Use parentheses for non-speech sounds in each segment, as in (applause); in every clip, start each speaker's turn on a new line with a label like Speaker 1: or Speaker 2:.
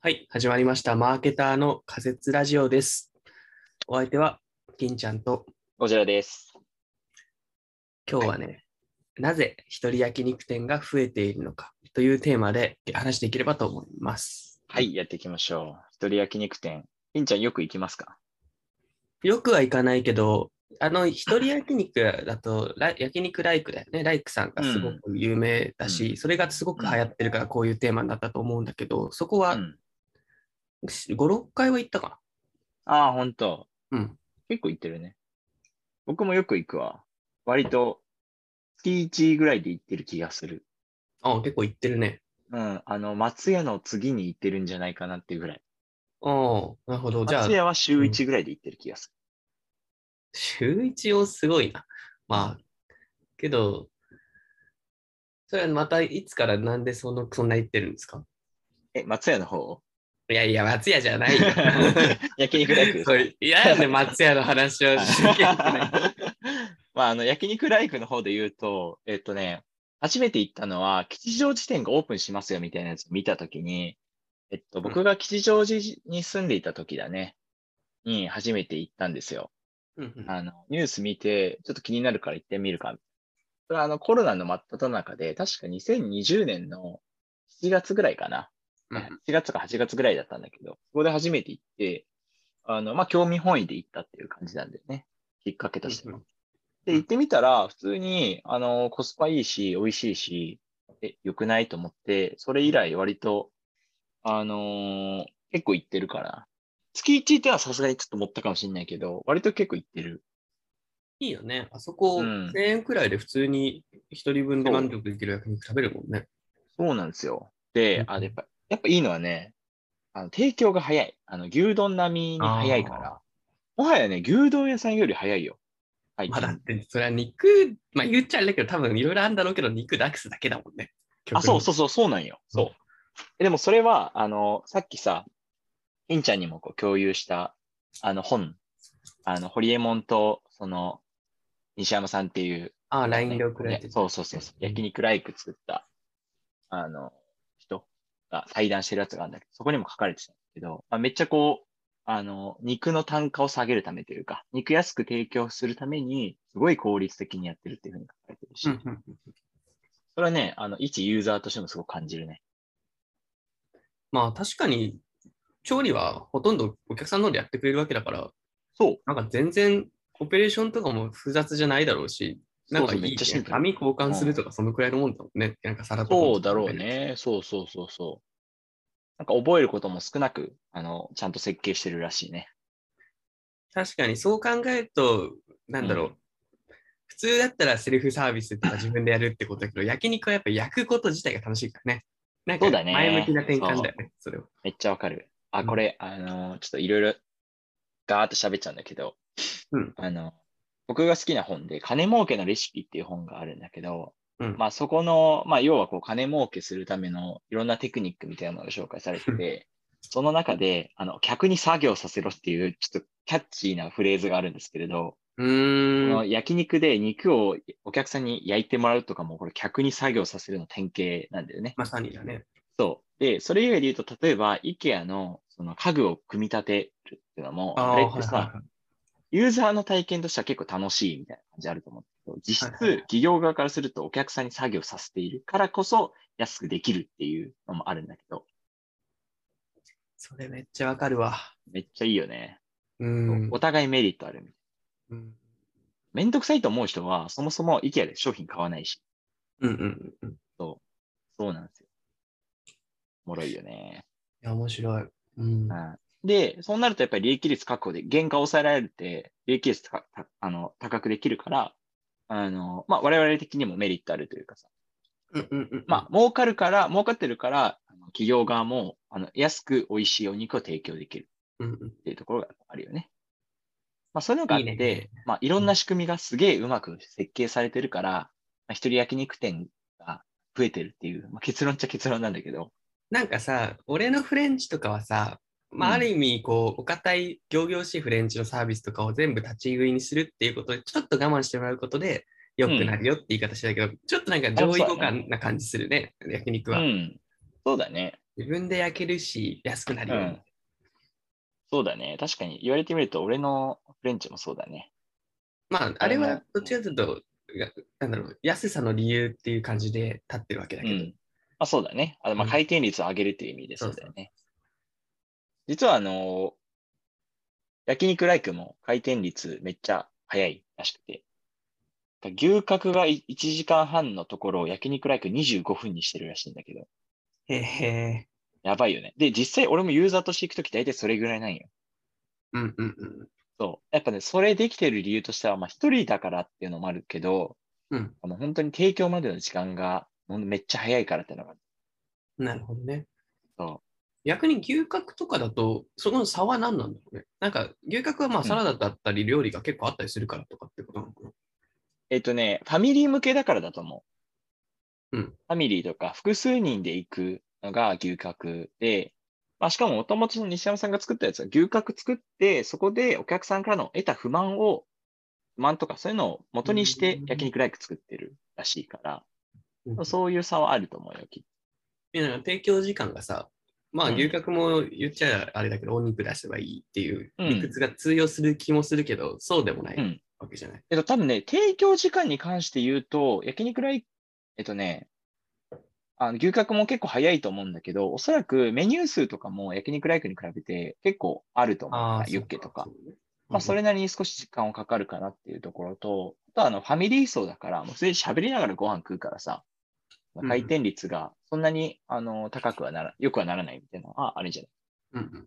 Speaker 1: はい、始まりました。マーケターの仮説ラジオです。お相手は、金ちゃんと、
Speaker 2: こちらです。
Speaker 1: 今日はね、なぜ一人焼肉店が増えているのかというテーマで話していければと思います。
Speaker 2: はい、やっていきましょう。一人焼肉店。りんちゃんよく行きますか
Speaker 1: よくはいかないけど、あの、一人焼肉だと、ラ焼肉ライクだよね。ライクさんがすごく有名だし、
Speaker 2: うん
Speaker 1: それがすごく流行ってるから、こういうテーマになったと思うんだけど、そこ
Speaker 2: う
Speaker 1: は
Speaker 2: ん。
Speaker 1: 5、6回は行ったか
Speaker 2: ああ、ほんと。
Speaker 1: な。うん。
Speaker 2: 結構行ってるね。僕もよく行くわ。割と月1ぐらいで行ってる気がする。
Speaker 1: あ結構行ってるね。
Speaker 2: うん。あの、松屋の次に行ってるんじゃないかなっていうぐらい。
Speaker 1: おなるほど。じゃあ
Speaker 2: 松、屋は週1ぐらいで行ってる気がす
Speaker 1: 週一をすごいな。まあ、けど、それはまたいつからなんでそのそんな言ってるんですか
Speaker 2: る。え、松屋の方
Speaker 1: いやいや、松屋じゃないよ。
Speaker 2: (laughs) 焼肉ライクです
Speaker 1: そ
Speaker 2: か
Speaker 1: う嫌やね、松屋の話をしなきゃいけ
Speaker 2: (laughs)
Speaker 1: ない。
Speaker 2: まあ、あの、焼肉ライクの方で言うと、えっとね、初めて行ったのは、吉祥寺店がオープンしますよみたいなやつを見たときに、えっと、僕が吉祥寺に住んでいた時だね、に初めて行ったんですよ。
Speaker 1: うんうん
Speaker 2: あの、ニュース見て、ちょっと気になるから行ってみるか。それはあの、コロナの真っ只中で、確か2020年の7月ぐらいかな。
Speaker 1: うん
Speaker 2: 7月か8月ぐらいだったんだけど、そこで初めて行って、あの、まあ、興味本位で行ったっていう感じなんだよね。きっかけとしては。で、行ってみたら、普通に、あの、コスパいいし、美味しいし、え、良くないと思って、それ以来割と、あのー結構行ってるから。月1ってのはさすがにちょっと持ったかもしれないけど、割と結構行ってる。
Speaker 1: いいよね。あそこ、
Speaker 2: うん
Speaker 1: 1000円くらいで普通に一人分で満足できる焼肉食べるもんね。
Speaker 2: そうなんですよ。
Speaker 1: うん
Speaker 2: で、あ、やっぱ、やっぱいいのはね、あの提供が早い。あの、牛丼並みに早いから。もはやね、牛丼屋さんより早いよ。はい。
Speaker 1: まあだって、それは肉、まあ言っちゃあれだけど、多分いろいろあるんだろうけど、肉ダックスだけだもんね。。
Speaker 2: あ、そうそううそう、そうなんよ。
Speaker 1: そう
Speaker 2: そう。えでもそれは、あの、さっきさ、インちゃんにもこう共有した、あの本、あの、ホリエモンと、その、西山さんっていう、
Speaker 1: あ、LINE で送られて
Speaker 2: ね
Speaker 1: た
Speaker 2: そうそうそうそう、焼肉ライク作った、あの、人が対談してるやつがあるんだけど、そこにも書かれてたんだけど、まあ、めっちゃこう、あの、肉の単価を下げるためというか、肉安く提供するために、すごい効率的にやってるっていうふうに書かれてるし、
Speaker 1: うんうん
Speaker 2: それはね、あの、一ユーザーとしてもすごく感じるね。
Speaker 1: まあ確かに調理はほとんどお客さんの方でやってくれるわけだから、
Speaker 2: そう。
Speaker 1: なんか全然オペレーションとかも複雑じゃないだろうし、なんかいい、ね、
Speaker 2: めっちゃシンプル
Speaker 1: 紙交換するとかそのくらいのもんだもんね。なんか皿とか
Speaker 2: そうだろう。ね。そうそうそうそう。なんか覚えることも少なく、あの、ちゃんと設計してるらしいね。
Speaker 1: 確かにそう考えると、なんだろう。
Speaker 2: うん
Speaker 1: 普通だったらセルフサービスとか自分でやるってことだけど、焼肉はやっぱ焼くこと自体が楽しいからね。なん
Speaker 2: そ
Speaker 1: か
Speaker 2: うだね
Speaker 1: 前向きな転換だよね、それは。
Speaker 2: めっちゃわかる。
Speaker 1: う
Speaker 2: あ、
Speaker 1: ん
Speaker 2: これ、あの、ちょっといろいろガーッと喋っちゃうんだけど、
Speaker 1: うん
Speaker 2: あの、僕が好きな本で、金儲けのレシピっていう本があるんだけど、
Speaker 1: うん
Speaker 2: まあそこの、まあ要はこう金儲けするためのいろんなテクニックみたいなのが紹介されてて、
Speaker 1: (laughs)
Speaker 2: その中で、あの、客に作業させろっていう、ちょっとキャッチーなフレーズがあるんですけれど、
Speaker 1: う
Speaker 2: こ
Speaker 1: ー
Speaker 2: の
Speaker 1: ん。
Speaker 2: 焼肉で肉をお客さんに焼いてもらうとかも、これ客に作業させるの典型なんだよね。
Speaker 1: まさにだね。
Speaker 2: そう。で、それ以外で言うと、例えば、IKEA のその家具を組み立てるっていうのも、
Speaker 1: あ
Speaker 2: あ
Speaker 1: ー
Speaker 2: れって
Speaker 1: はいはい
Speaker 2: さ、ユーザーの体験としては結構楽しいみたいな感じあると思うんだけど、実質、
Speaker 1: はいはい
Speaker 2: 企業側からするとお客さんに作業させているからこそ安くできるっていうのもあるんだけど、
Speaker 1: それめっちゃわかるわ。
Speaker 2: めっちゃいいよね。
Speaker 1: うん。
Speaker 2: お互いメリットあるみたいな。
Speaker 1: うん
Speaker 2: めんどくさいと思う人は、そもそも IKEA で商品買わないし、
Speaker 1: うんうんうん。
Speaker 2: そうなんですよ。おもろいよね。
Speaker 1: いや、面白い。うん。
Speaker 2: はいで、そうなるとやっぱり利益率確保で、原価を抑えられて、利益率がたあの高くできるから、あの、まあ、我々的にもメリットあるというかさ、
Speaker 1: うんうんうん
Speaker 2: まあ、儲かるから、儲かってるから、あの企業側も、あの、安く美味しいお肉を提供できる
Speaker 1: うんうん
Speaker 2: っていうところがあるよね。まあ、そういうのがあって、
Speaker 1: いいね
Speaker 2: まあ、いろんな仕組みがすげえうまく設計されてるから、まあ、一人焼肉店が増えてるっていう、まあ、結論っちゃ結論なんだけど、
Speaker 1: なんかさ、俺のフレンチとかはさ、まあ、
Speaker 2: うん
Speaker 1: ある意味、こう、お堅い、仰々しいフレンチのサービスとかを全部立ち食いにするっていうことで、ちょっと我慢してもらうことで、良くなるよって言い方してたけど、ちょっとなんか上位互換な感じするね、焼肉
Speaker 2: う
Speaker 1: は。
Speaker 2: ん。そうだね。
Speaker 1: 自分で焼けるし、安くなるよ、
Speaker 2: うんそうだね。確かに言われてみると、俺のフレンチもそうだね。
Speaker 1: まあ、あれはどっちかというと、がなんだろう、安さの理由っていう感じで立ってるわけだ
Speaker 2: う
Speaker 1: けど。
Speaker 2: ん。あ、そうだね。あまあ、
Speaker 1: うん
Speaker 2: 回転率を上げるという意味でそうだよね。実は、あの、焼肉ライクも回転率めっちゃ早いらしくて。牛角が1時間半のところを焼肉ライク25分にしてるらしいんだけど。
Speaker 1: へえへえ。
Speaker 2: やばいよね。で、実際俺もユーザーとして行くとき大体それぐらいなんよ。
Speaker 1: うんうんうん。
Speaker 2: そう。やっぱね、それできてる理由としては、まあ一人だからっていうのもあるけど、
Speaker 1: うん
Speaker 2: あの本当に提供までの時間がほんとめっちゃ早いからっていうのがある。
Speaker 1: なるほどね。
Speaker 2: そ
Speaker 1: 逆に牛角とかだと、その差は何なんだろうね。なんか、牛角はまあサラダだったり、料理が結構あったりするからとかってことなのかな。
Speaker 2: えっ、とね、ファミリー向けだからだと思う。
Speaker 1: うん
Speaker 2: ファミリーとか複数人で行くのが牛角で、まあ、しかもお友達の西山さんが作ったやつは牛角作って、そこでお客さんからの得た不満を、不満とかそういうのを元にして焼肉ライク作ってるらしいから、
Speaker 1: うん
Speaker 2: そういう差はあると思うよ、きっと
Speaker 1: えなんか提供時間がさ、まあ
Speaker 2: うん
Speaker 1: 牛角も言っちゃあれだけど、お肉出せばいいっていう
Speaker 2: うん
Speaker 1: 理屈が通用する気もするけど、そうでもな
Speaker 2: うん
Speaker 1: いわけじゃない。
Speaker 2: えっと、多分ね、提供時間に関して言うと、焼肉ライ、えっとね、あの牛角も結構早いと思うんだけど、おそらくメニュー数とかも焼肉ライクに比べて結構あると思う。ユッケとか。まあ、そ
Speaker 1: れ。
Speaker 2: れなりに少し時間をかかるかなっていうところと、あとあのファミリー層だから、もうすでに喋りながらご飯食うからさ、まあ
Speaker 1: うん
Speaker 2: 回転率がそんなに、あの高くはなら、良くはならないみたいなのはあるんじゃない
Speaker 1: うんうん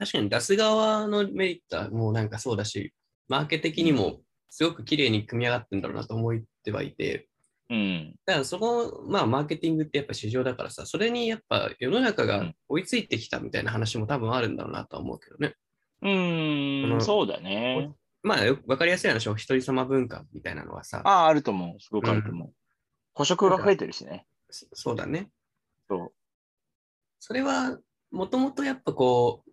Speaker 1: 確かに出す側のメリットはもうなんかそうだし、マーケ的にもすごく綺麗に組み上がってんだろうなと思ってはいて、
Speaker 2: うん。
Speaker 1: だからそこ、まあマーケティングってやっぱ市場だからさ、それにやっぱ世の中が追いついてきたみたいな話も多分あるんだろうなとは思うけどね。
Speaker 2: う
Speaker 1: こ
Speaker 2: ーん、
Speaker 1: の
Speaker 2: そうだね。
Speaker 1: まあよくわかりやすい話はお一人様文化みたいなのはさ、
Speaker 2: ああ、あると思う。すごくあると思う。補食が増えてるしね。
Speaker 1: そそうだね。
Speaker 2: そう。
Speaker 1: それは、もともとやっぱこう、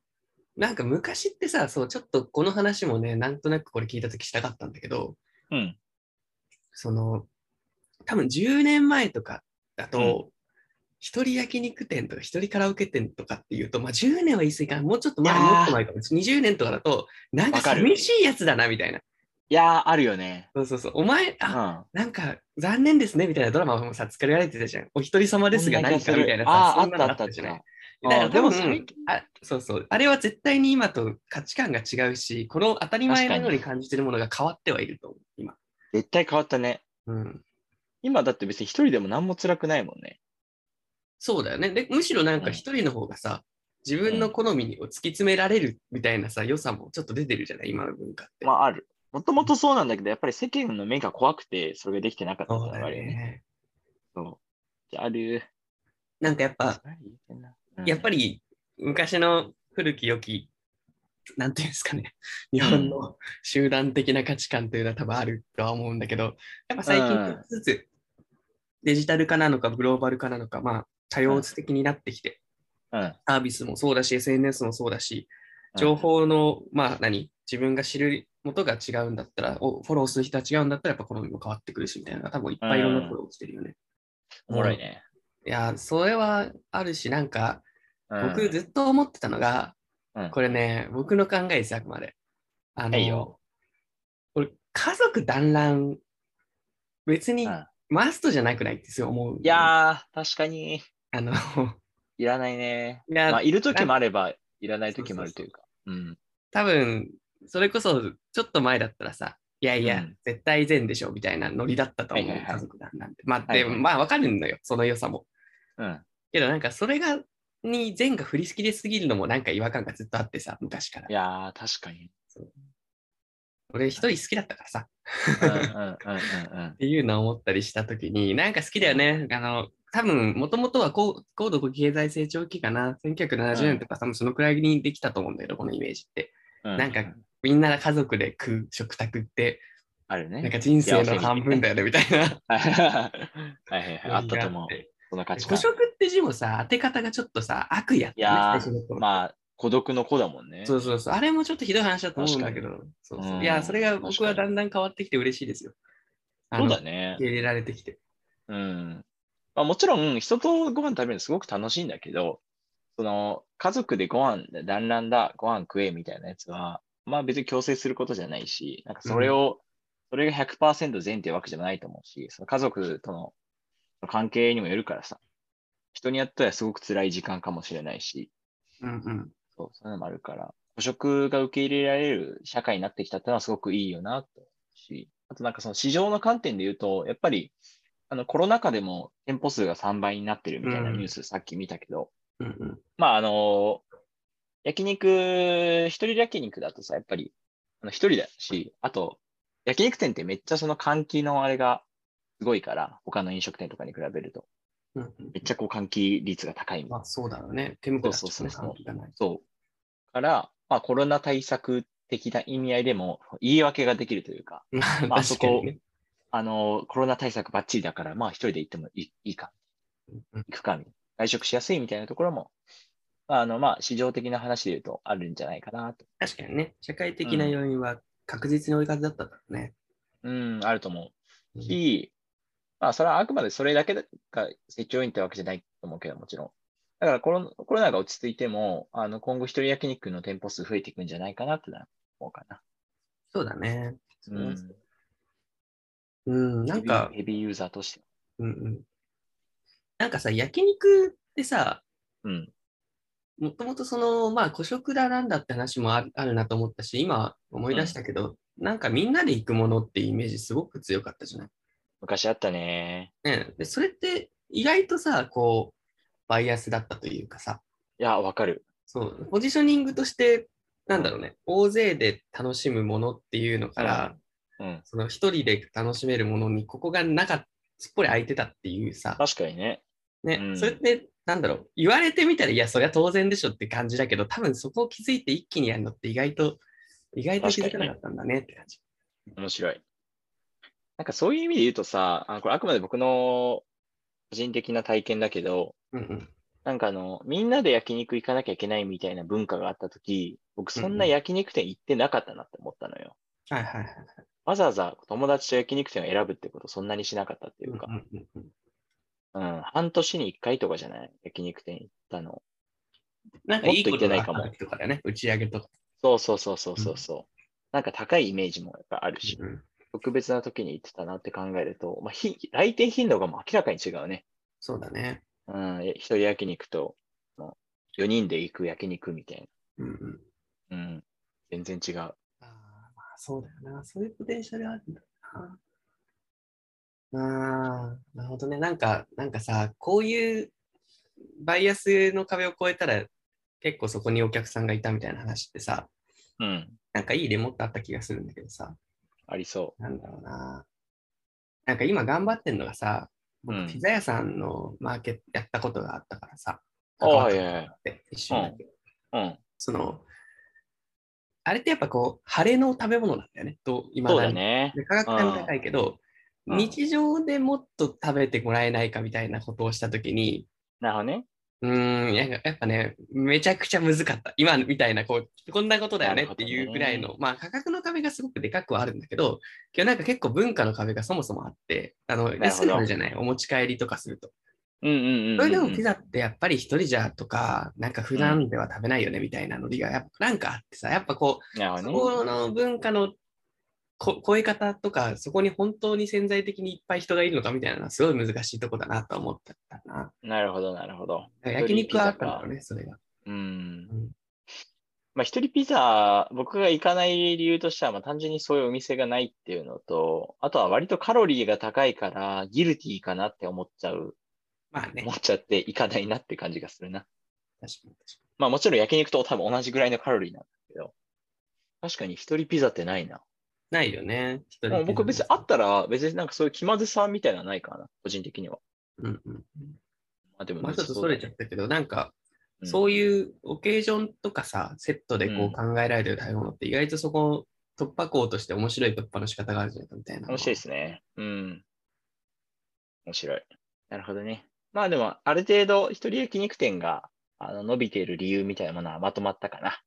Speaker 1: なんか昔ってさ、そう、ちょっとこの話もね、なんとなくこれ聞いたときしたかったんだけど、
Speaker 2: うん。
Speaker 1: その、多分10年前とかだ
Speaker 2: う
Speaker 1: と、一、人焼肉店とか一人カラオケ店とかっていうと、まあ10年は言い過ぎかな、もうちょっと前、
Speaker 2: いやー
Speaker 1: もっと前かも。20年とかだと、なんか
Speaker 2: わかる
Speaker 1: 寂しいやつだな、みたいな。
Speaker 2: いやー、あるよね。
Speaker 1: そうそうそう。お前、
Speaker 2: うん。
Speaker 1: あ、
Speaker 2: あ
Speaker 1: なんか残念ですね、みたいなドラマもさ、作られてたじゃん。お一人様ですが何かみたいなさ
Speaker 2: あ、あ
Speaker 1: そんな
Speaker 2: った
Speaker 1: の
Speaker 2: あったあっ
Speaker 1: じゃ
Speaker 2: た。
Speaker 1: ない
Speaker 2: あ
Speaker 1: だから
Speaker 2: ーでも
Speaker 1: 多分
Speaker 2: 最近、
Speaker 1: あそうそう。あれは絶対に今と価値観が違うし、この当たり前のように感じてるものが変わってはいると思う、今。
Speaker 2: 絶対変わったね。
Speaker 1: うん。
Speaker 2: 今だって別に一人でも何も辛くないもんね。
Speaker 1: そうだよね。で、むしろなんか
Speaker 2: うん
Speaker 1: 一人の方がさ、自分の好みを突き詰められるみたいなさ、良さもちょっと出てるじゃない、今の文化って。
Speaker 2: まあ、ある。もともとそうなんだけど、やっぱり世間の目が怖くて、それができてなかった
Speaker 1: そう
Speaker 2: の
Speaker 1: だ
Speaker 2: があ
Speaker 1: よ
Speaker 2: るよね。
Speaker 1: ね。
Speaker 2: そう。ある。
Speaker 1: なんかやっぱ、
Speaker 2: うん
Speaker 1: やっぱり昔の古き良き、なんていうんですかね、日本の集団的な価値観というのは多分あるとは思うんだけど、やっぱ最近
Speaker 2: う
Speaker 1: ち
Speaker 2: ん
Speaker 1: ょっとずつデジタル化なのかグローバル化なのか、まあ多様的になってきて、
Speaker 2: うん、
Speaker 1: サービスもそうだし、SNS もそうだし、情報の、まあ何、自分が知る元が違うんだったら、おフォローする人は違うんだったら、やっぱ好みも変わってくるしみたいなのが多分いっぱいいろんなところ起きてるよね。
Speaker 2: うん。おもろいね。
Speaker 1: いや、それはあるし、なんか、
Speaker 2: うん
Speaker 1: 僕ずっと思ってたのが、
Speaker 2: うん
Speaker 1: これね、僕の考えです、あくまで。あの、
Speaker 2: はいよ
Speaker 1: 俺、家族団らん、別に
Speaker 2: うん
Speaker 1: マストじゃなくないってすごい思う。
Speaker 2: いやー、確かに、
Speaker 1: あの、 (laughs)
Speaker 2: いらないね。
Speaker 1: いや、
Speaker 2: まあ、いる時もあれば、いらない時もあるというか。うん。
Speaker 1: 多分、それこそ、ちょっと前だったらさ、いやいや、
Speaker 2: うん
Speaker 1: 絶対善でしょ、みたいなノリだったと思う、
Speaker 2: はいはいはい
Speaker 1: 家族団らんって。まあ、
Speaker 2: はい
Speaker 1: で
Speaker 2: はい
Speaker 1: もまあ、わかるのよ、その良さも。
Speaker 2: うん。
Speaker 1: けど、なんか、それが、に善が振り切れすぎるのも、なんか違和感がずっとあってさ、昔から
Speaker 2: い。やー、確かに。
Speaker 1: 俺、一人好きだったからさ。
Speaker 2: うんうんうんうんうん
Speaker 1: っ。ていうのを思ったりしたときに、なんか好きだよね。あの、多分、もともとは高高度経済成長期かな。1970年とか、多分そのくらいにできたと思うんだけど、このイメージって。
Speaker 2: な
Speaker 1: なんかみんな家族で食う食卓って、
Speaker 2: あるね。 (laughs)
Speaker 1: なんか人生の半分だよね、みたいな。
Speaker 2: はいはいはい。あったと思う。
Speaker 1: う。
Speaker 2: その価値
Speaker 1: 孤
Speaker 2: 観。
Speaker 1: 食って字もさ、当て方がちょっとさ、悪意やっ
Speaker 2: い
Speaker 1: た
Speaker 2: や
Speaker 1: ね、
Speaker 2: ー
Speaker 1: 最初の頃
Speaker 2: まあ、孤独の子だもんね。
Speaker 1: そうそうそう。あれもちょっとひどい話だと思うんだけど。そうそう
Speaker 2: うん
Speaker 1: いや、それが僕は
Speaker 2: 確か
Speaker 1: だんだん変わってきて嬉しいですよ。あ
Speaker 2: そ
Speaker 1: の
Speaker 2: うだね
Speaker 1: 受。け入れられてきて。
Speaker 2: うん。まあ、もちろん、人とご飯食べるのすごく楽しいんだけど、その、家族でご飯、団らんだ、ご飯食えみたいなやつは、まあ別に強制することじゃないし、なんかそれを、それが100%善ってわけじゃないと思うし、その家族との関係にもよるからさ、人によってはすごく辛い時間かもしれないし、
Speaker 1: うんうん。
Speaker 2: そう、そういうのもあるから、捕食が受け入れられる社会になってきたってのはすごくいいよなと思うし、あとなんかその市場の観点で言うと、やっぱりあのコロナ禍でも店舗数が3倍になってるみたいなニュースさっき見たけど、
Speaker 1: うんうん。
Speaker 2: まああの、焼肉、一人焼肉だとさ、やっぱりあの一人だし、あと焼肉店ってめっちゃその換気のあれがすごいから、他の飲食店とかに比べると、
Speaker 1: うんうん
Speaker 2: めっちゃこう換気率が高いみたいな
Speaker 1: まあそうだろうね。手向こだ
Speaker 2: そうそうそうそう
Speaker 1: ちょっとね関係がない
Speaker 2: そう。から、まあ、コロナ対策的な意味合いでも、言い訳ができるというか、ま
Speaker 1: ま (laughs)
Speaker 2: あ
Speaker 1: あ確かにね。
Speaker 2: あの、コロナ対策バッチリだから、まあ、一人で行ってもいいいいか、
Speaker 1: うん
Speaker 2: 行くか、みたいな外食しやすいみたいなところも、まあ、あの、まあ、市場的な話で言うとあるんじゃないかなと。
Speaker 1: 確かにね。社会的な要因は確実に追い風だったからね。
Speaker 2: うん、あると思
Speaker 1: う
Speaker 2: う。
Speaker 1: ん
Speaker 2: し、まあ、それはあくまでそれだけが成長因ってわけじゃないと思うけど、もちろん。だからコロナ、コロナが落ち着いても、あの、今後一人焼肉の店舗数増えていくんじゃないかなってのは思うかな。
Speaker 1: そうだね。
Speaker 2: うん。
Speaker 1: うん、なんか、
Speaker 2: ヘビーヘビーユーザーとして。
Speaker 1: うんうん。なんかさ、焼肉ってさ、
Speaker 2: うん。
Speaker 1: もともとその、まあ、古食だなんだって話もああるなと思ったし、今思い出したけど、なんかみんなで行くものってイメージすごく強かったじゃない。
Speaker 2: 昔あったね。
Speaker 1: ね、でそれって意外とさ、こう、バイアスだったというかさ、
Speaker 2: いや、わかる。
Speaker 1: そう、ポジショニングとして、なんだろうね、大勢で楽しむものっていうのから、
Speaker 2: うん。
Speaker 1: その一人で楽しめるものにここがなかった、すっぽり空いてたっていうさ、
Speaker 2: 確かにね。
Speaker 1: ね、
Speaker 2: うん
Speaker 1: それって、なんだろう、言われてみたら、いや、そりゃ当然でしょって感じだけど、多分そこを気づいて一気にやるのって意外と、意外と気づかなかったんだねって感じ。
Speaker 2: 面白い。なんかそういう意味で言うとさ、あこれあくまで僕の個人的な体験だけど、
Speaker 1: うんうん。
Speaker 2: なんかあの、みんなで焼肉行かなきゃいけないみたいな文化があったとき、僕そんな
Speaker 1: うん
Speaker 2: 焼肉店行ってなかったなって思ったのよ。
Speaker 1: はいはいはい。
Speaker 2: わざわざ友達と焼肉店を選ぶってことそんなにしなかったってい
Speaker 1: うん
Speaker 2: う
Speaker 1: う
Speaker 2: か、
Speaker 1: んうんうん
Speaker 2: うん、半年に1回とかじゃない焼肉店行ったの。
Speaker 1: なんかいいこ
Speaker 2: もっ
Speaker 1: と
Speaker 2: とい
Speaker 1: が
Speaker 2: けな
Speaker 1: あ
Speaker 2: い
Speaker 1: った
Speaker 2: かも
Speaker 1: 時とかだね、打ち上げとか。
Speaker 2: そうそうそうそうそうそう。なんか高いイメージもやっぱあるし、
Speaker 1: うん
Speaker 2: 特別な時に行ってたなって考えると、まあ、ひ来店頻度がもう明らかに違うね。
Speaker 1: そうだね。
Speaker 2: うん、一人焼肉と、4人で行く焼肉みたい
Speaker 1: うんうん。
Speaker 2: な。うん、全然違う。
Speaker 1: あーまあ、そうだよな。そういうポテンシャルあるんだよな。あーなるほどね。なんか、なんかさ、こういうバイアスの壁を越えたら、結構そこにお客さんがいたみたいな話ってさ、
Speaker 2: うん、
Speaker 1: なんかいいレモットあった気がするんだけどさ、
Speaker 2: ありそ
Speaker 1: なんだろうな。なんか今頑張ってんのがさ、
Speaker 2: う。う
Speaker 1: ピ
Speaker 2: ん。
Speaker 1: ザ屋さんのマーケットやったことがあったからさ、
Speaker 2: ああ、いやいや。
Speaker 1: で一緒になって
Speaker 2: うん。
Speaker 1: その、あれってやっぱこう、晴れの食べ物なんだよね。と今
Speaker 2: そうだね。
Speaker 1: で価格帯も高いけど、
Speaker 2: うん
Speaker 1: 日常でもっと食べてもらえないかみたいなことをしたときに、
Speaker 2: なるほどね。
Speaker 1: うーんや、やっぱね、めちゃくちゃ難かった。今みたいな、こう、こんなことだよねっていうぐらい
Speaker 2: な
Speaker 1: の、
Speaker 2: る
Speaker 1: まあ価格の壁がすごくでかくはあるんだけど、今日なんか結構文化の壁がそもそもあって、あの、
Speaker 2: ほど
Speaker 1: 安くなるじゃないお持ち帰りとかすると。
Speaker 2: うんうんうんうん。
Speaker 1: それでもピザってやっぱり一人じゃとか、なんか普段では食べないよねみたいなノリがやっぱなんかあってさ、やっぱこう、
Speaker 2: なるほ
Speaker 1: そ
Speaker 2: ど
Speaker 1: この文化のこ超え方とか、そこに本当に潜在的にいっぱい人がいるのかみたいなのはすごい難しいとこだなと思ったな。
Speaker 2: ね。なるほど、なるほど。
Speaker 1: 焼肉はあったんだろうね、それが。
Speaker 2: うん
Speaker 1: うん。
Speaker 2: まあ、一人ピザ、僕が行かない理由としては、まあ、単純にそういうお店がないっていうのと、あとは割とカロリーが高いから、ギルティーかなって思っちゃう、
Speaker 1: まあね、確
Speaker 2: (laughs) 思
Speaker 1: か
Speaker 2: っちゃって行かないなって感じがするな。
Speaker 1: に確か
Speaker 2: まあ、もちろん焼肉と多分同じぐらいのカロリーなんだけど、確かに一人ピザってないな。
Speaker 1: に。ないよね、一人
Speaker 2: もう僕別にあったら、別になんかそういう気まずさみたいなのはないかな、個人的には。
Speaker 1: うんうん。
Speaker 2: まあ、でも、
Speaker 1: まあちょっとそれちゃったけど、なんか、
Speaker 2: うん
Speaker 1: そういうオケージョンとかさ、セットで
Speaker 2: う
Speaker 1: こ
Speaker 2: ん
Speaker 1: う考えられてる食べ物って意外とそこ突破口として面白い突破の仕方があるんじゃないかみたいな。
Speaker 2: 面白いですね。うん。面白い。なるほどね。まあでも、ある程度、一人焼肉店があの伸びている理由みたいなものはまとまったかな。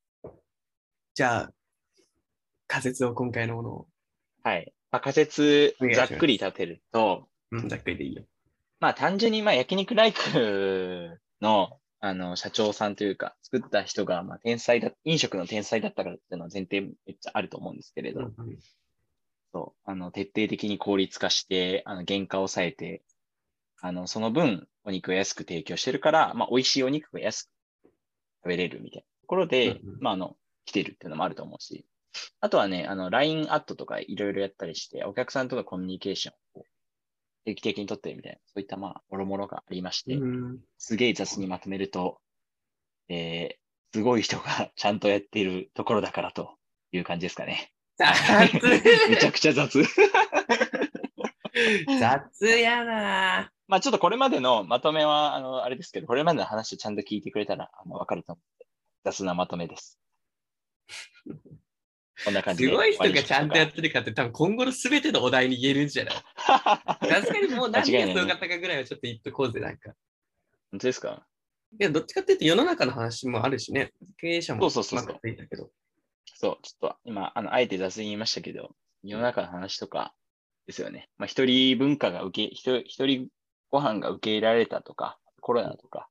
Speaker 1: じゃあ、仮説を今回のものを、
Speaker 2: はい。まあ、仮説
Speaker 1: お願、いし
Speaker 2: ざ
Speaker 1: ま
Speaker 2: っ
Speaker 1: す
Speaker 2: くり立てると、
Speaker 1: うん、ざっくりでいいよ。
Speaker 2: ままあ単純にまあ焼肉ライクのあの社長さんというか、作った人がまあ天才だ、飲食の天才だったからっていうのは前提めっちゃあると思うんですけれど、
Speaker 1: うん
Speaker 2: そうあの徹底的に効率化して、あの原価を抑えて、あのその分お肉を安く提供してるから、まあ、美味しいお肉が安く食べれるみたいなところで、
Speaker 1: うんうん
Speaker 2: まあ、あの来てるっていうのもあると思うし、あとはね、あの LINE アットとかいろいろやったりして、お客さんとのコミュニケーションを定期的に取ってるみたいな、そういったまあ、もろもろがありまして、
Speaker 1: うん
Speaker 2: すげえ雑にまとめると、えー、すごい人がちゃんとやっているところだからという感じですかね。
Speaker 1: 雑
Speaker 2: (laughs) めちゃくちゃ雑。
Speaker 1: 雑やな
Speaker 2: まあちょっとこれまでのまとめは、あの、あれですけど、これまでの話をちゃんと聞いてくれたら、あの、わかると思って、雑なまと
Speaker 1: (laughs)
Speaker 2: めです。こんな感じ
Speaker 1: す
Speaker 2: で。
Speaker 1: ごい人がちゃんとや
Speaker 2: っ
Speaker 1: ってるかって多分今後の全てのお題に言えるんじゃ
Speaker 2: (laughs)
Speaker 1: ない
Speaker 2: て
Speaker 1: さすがにもう何
Speaker 2: 間違
Speaker 1: が
Speaker 2: いない
Speaker 1: そうかったかぐらいはちょっと言っとこうぜ、なんか。
Speaker 2: 本当ですか
Speaker 1: いや、どっちかっていうと世の中の話もあるしね、経営者も
Speaker 2: そうそうそうそう
Speaker 1: まくいったけど。
Speaker 2: そう、ちょっと今、あの、あえて雑に言いましたけど、世の中の話とかですよね。まあ、一人文化が受け、一人一人ご飯が受け入れられたとか、コロナとか、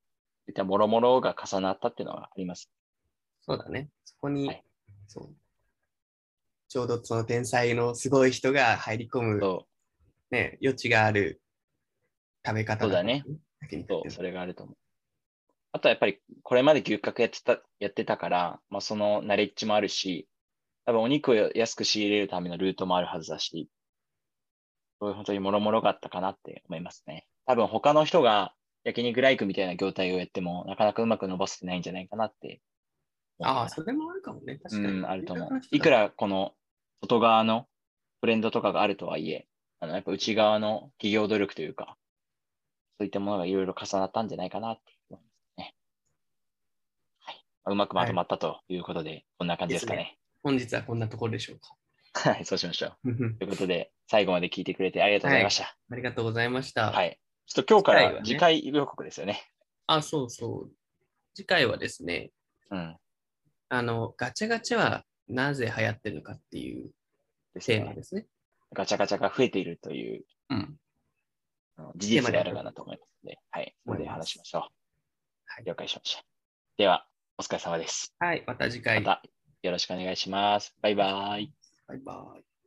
Speaker 2: いったもろもろが重なったっていうのはあります。
Speaker 1: そうだね。そこに、
Speaker 2: はい
Speaker 1: そうちょうどその天才のすごい人が入り込む、
Speaker 2: そ
Speaker 1: ね、余地がある食べ方
Speaker 2: そうだね。
Speaker 1: 先に
Speaker 2: う、
Speaker 1: 言っ
Speaker 2: そ
Speaker 1: て
Speaker 2: う、
Speaker 1: る
Speaker 2: それがあると思う。あとはやっぱり、これまで牛角やってた、やってたから、まあ、そのナレッジもあるし、多分お肉を安く仕入れるためのルートもあるはずだし、そういう本当にもろもろがあったかなって思いますね。多分他の人が焼肉ライクみたいな業態をやっても、なかなかうまく伸ばせてないんじゃないかなって思うかな。
Speaker 1: ああ、それもあるかもね。確かに。
Speaker 2: うん、あると思う
Speaker 1: 話。して
Speaker 2: い
Speaker 1: た
Speaker 2: くらこの外側のブレンドとかがあるとはいえ、あのやっぱ内側の企業努力というか、そういったものがいろいろ重なったんじゃないかなって思いますね。はい。まあうまくまとまったということで、こんな感じですかね。
Speaker 1: 本日はこんなところでしょうか。
Speaker 2: はい、そうしましょ
Speaker 1: ふ
Speaker 2: う。
Speaker 1: ふ
Speaker 2: ということで、最後まで聞いてくれてありがとうございました。
Speaker 1: ありがとうございまし
Speaker 2: は
Speaker 1: た。
Speaker 2: い。ちょっと今日
Speaker 1: 次回は
Speaker 2: から
Speaker 1: ね
Speaker 2: 次回予告ですよね。
Speaker 1: あ、そうそう。次回はですね、
Speaker 2: うん。
Speaker 1: あの、ガチャガチャはなぜ流行ってるのかっていう
Speaker 2: です
Speaker 1: テーマ
Speaker 2: ね。
Speaker 1: ですね。
Speaker 2: ガチャガチャが増えているという
Speaker 1: うん。
Speaker 2: あの事実であるかなと思いますので、はい。そ
Speaker 1: 思
Speaker 2: れ
Speaker 1: い
Speaker 2: で
Speaker 1: ます
Speaker 2: 話しましょう。
Speaker 1: はい
Speaker 2: 了解しました。では、お疲れ様です。
Speaker 1: はい、また次
Speaker 2: ま
Speaker 1: 回。バ
Speaker 2: たよろしくお願いします。バイバイ。
Speaker 1: イバイ。